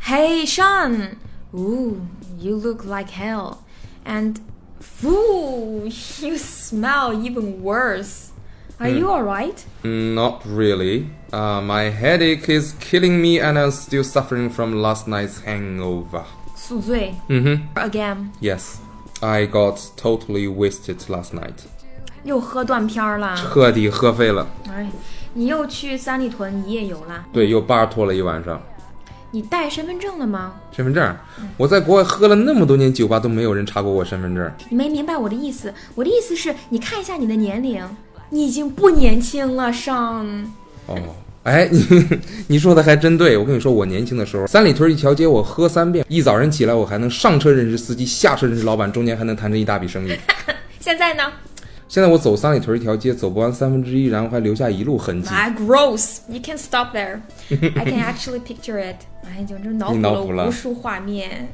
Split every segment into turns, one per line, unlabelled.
Hey, Sean! Ooh, you look like hell. And, fool, you smell even worse. Are you alright?
Not really. Uh, my headache is killing me, and I'm still suffering from last night's hangover.
宿醉
Mm-hmm.
again，
Yes, I got totally wasted last night.
又喝断片儿了。
彻底喝废了，
哎，你又去三里屯一夜游啦？
对，又巴托了一晚上。
你带身份证了吗？
身份证，我在国外喝了那么多年酒吧，都没有人查过我身份证。
你没明白我的意思？我的意思是，你看一下你的年龄，你已经不年轻了，上。
哦，哎， 你你说的还真对。我跟你说，我年轻的时候，三里屯一条街我喝三遍，一早晨起来我还能上车认识司机，下车认识老板，中间还能谈成一大笔生意。
现在呢
现在我走三里屯一条街，走不完三分之一，然后还留下一路痕迹。
？My gross! You can stop there. I can actually picture it. 哎，简直脑补
你脑补
了
了
无数画面。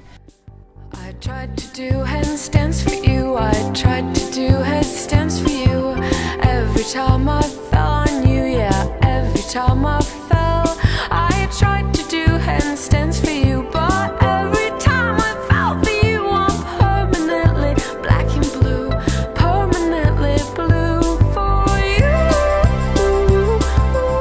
I tried to do handstands for you. I tried to do headstands for you. Every time I fell on you, yeah. Every time I fell, I tried to do handstands for you, but every time I fell for you, I'm permanently black and blue, permanently blue for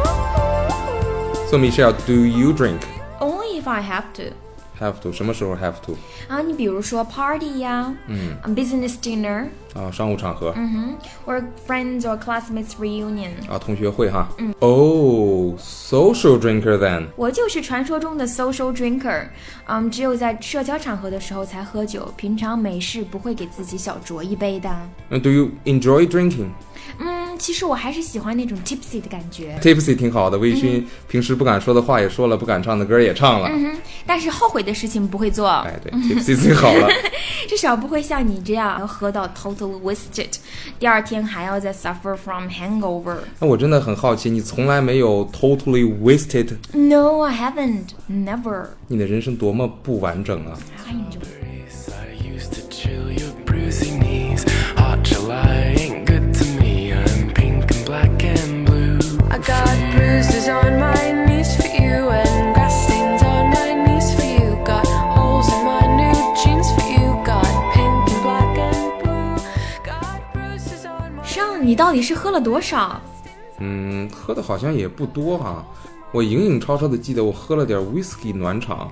you.
So Michelle, do you drink?
Only if I have to.
Have to？什么时候 have to？
啊，你比如说 party 呀、嗯，business dinner
啊，商务场合、
or friends or classmates reunion。
啊，同学会哈。嗯。Oh, social drinker then.
我就是传说中的 social drinker，嗯，只有在社交场合的时候才喝酒，平常没事不会给自己小酌一杯的。
嗯 Do you enjoy drinking?
嗯，其实我还是喜欢那种 tipsy 的感觉，
Tipsy 挺好的，微醺，平时不敢说的话也说了，不敢唱的歌也唱了。
但是后悔的事情不会做，
哎，对，Tipsy 最好了。
至少不会像你这样喝到 total wasted，第二天还要再 suffer from hangover。
那我真的很好奇，你从来没有 totally wasted，
No, I haven't, never。
你的人生多么不完整啊！
哎，你这个
I used to chill your bruising knees. Hot July ain't good to me. I'm pink and black and blue.
I got bruises on my knees for you and grass stains on my knees for you. Got holes in my new jeans for you. Got pink and black and blue. Got bruises on my
上，你到底是喝了多少？
嗯，喝的好像也不多哈、我隐隐绰绰的记得我喝了点 whisky 暖场，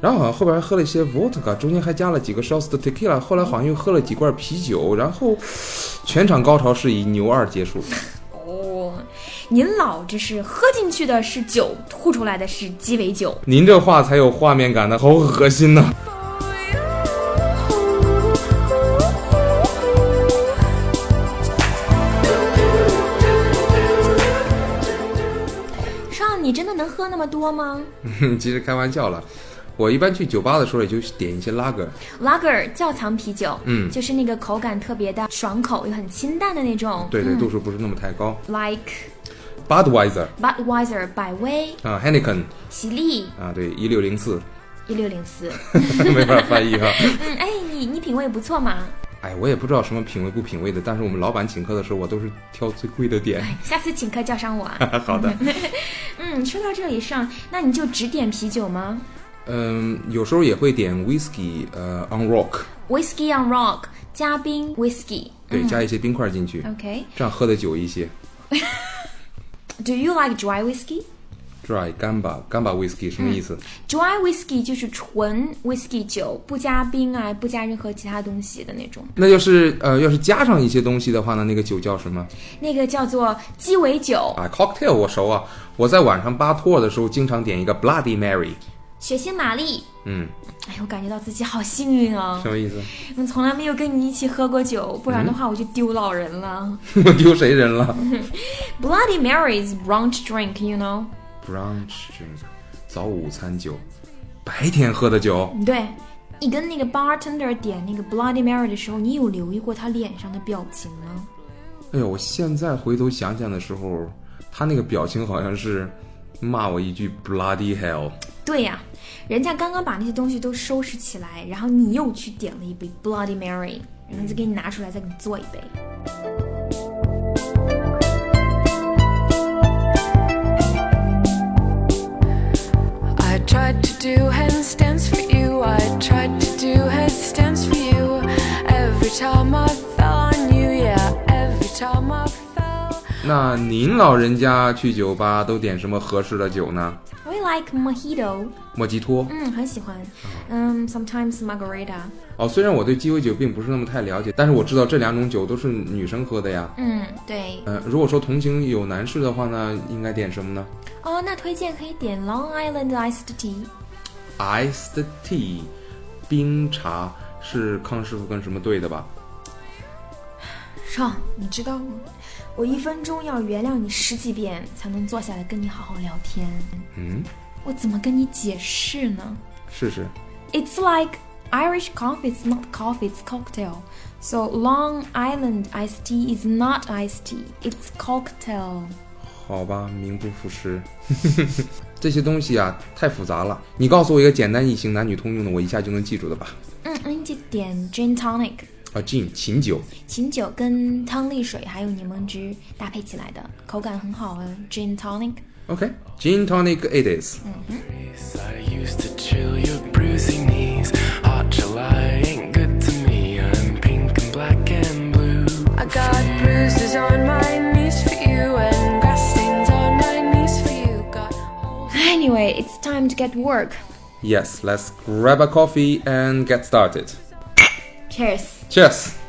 然后好像后边还喝了一些 vodka，中间还加了几个 shots 的 tequila，后来好像又喝了几罐啤酒，然后全场高潮是以牛二结束。
哦，您老这是喝进去的是酒，吐出来的是鸡尾酒。
您这话才有画面感呢，好恶心呐、
上，你真的能喝那么多吗
其实开玩笑了，我一般去酒吧的时候也就点一些拉格。
？Lager 窖藏啤酒，
嗯
就是那个口感特别的爽口又很清淡的那种，嗯
对对，度数不是那么太高。
，like
Budweiser
Budweiser 百威、
啊，Heineken
喜力
啊，对，一六零四，
一六零四。
没法翻译哈、
嗯，哎，你你品味不错嘛，
哎，我也不知道什么品味不品味的，但是我们老板请客的时候，我都是挑最贵的点。
下次请客叫上我啊。
好的，
嗯，说到这里上，那你就只点啤酒吗
嗯，有时候也会点 whisky，呃，on rock，
？Whisky on rock 加冰 whisky。
对，加一些冰块进去，
OK。
这样喝的久一些。
Do you like dry whiskey?
Dry gamba gamba whisky 什么意思？
Dry whiskey 就是纯 whiskey 酒，不加冰啊，不加任何其他东西的那种。
那就是呃，要是加上一些东西的话呢，那个酒叫什么？
那个叫做鸡尾酒。
啊，cocktail 我熟啊，我在晚上巴托尔的时候经常点一个 Bloody Mary，
血腥玛丽。
嗯，
哎，我感觉到自己好幸运啊！
什么意思？
我从来没有跟你一起喝过酒，不然的
嗯
话我就丢老人了。
我丢谁人了
Bloody Mary's brunch drink, you know？
？Brunch drink，早午餐酒，白天喝的酒。
对，你跟那个 bartender 点那个 Bloody Mary 的时候，你有留意过他脸上的表情吗？
哎呦，我现在回头想想的时候，他那个表情好像是骂我一句 Bloody hell。
对呀、人家刚刚把那些东西都收拾起来，然后你又去点了一杯 Bloody Mary，然后再给你拿出来，再给你做一杯。
I tried to do handstands
那您老人家去酒吧都点什么合适的酒呢？
We like mojito，
莫吉托
嗯，很喜欢。嗯、s o m e t i m e s margarita，
哦，虽然我对鸡尾酒并不是那么太了解，但是我知道这两种酒都是女生喝的呀。
嗯，对。
嗯、如果说同行有男士的话呢，应该点什么呢
哦，那推荐可以点 Long Island iced tea。
？Iced tea，冰茶是康师傅跟什么兑的吧？
上，你知道吗？我一分钟要原谅你十几遍，才能坐下来跟你好好聊天。
嗯，
我怎么跟你解释呢
试试。
？It's like Irish coffee is not coffee, it's cocktail. So Long Island iced tea is not iced tea, it's cocktail.
好吧，名不副实。 这些东西啊，太复杂了。你告诉我一个简单易行、男女通用的，我一下就能记住的吧？
嗯嗯，就点 gin tonic。
啊，gin 琴酒。
琴酒跟汤力水还有柠檬汁搭配起来的，口感很好啊。Gin tonic，
OK，gin、tonic it is。
place I used to chill your bruising knees. Hot July ain't good to me. I'm pink and black and blue.
I got bruises on my knees for you and grass stains on my knees for you. Got holes.
Anyway, it's time to get work.
Yes，let's grab a coffee and get started.
Cheers.
Cheers.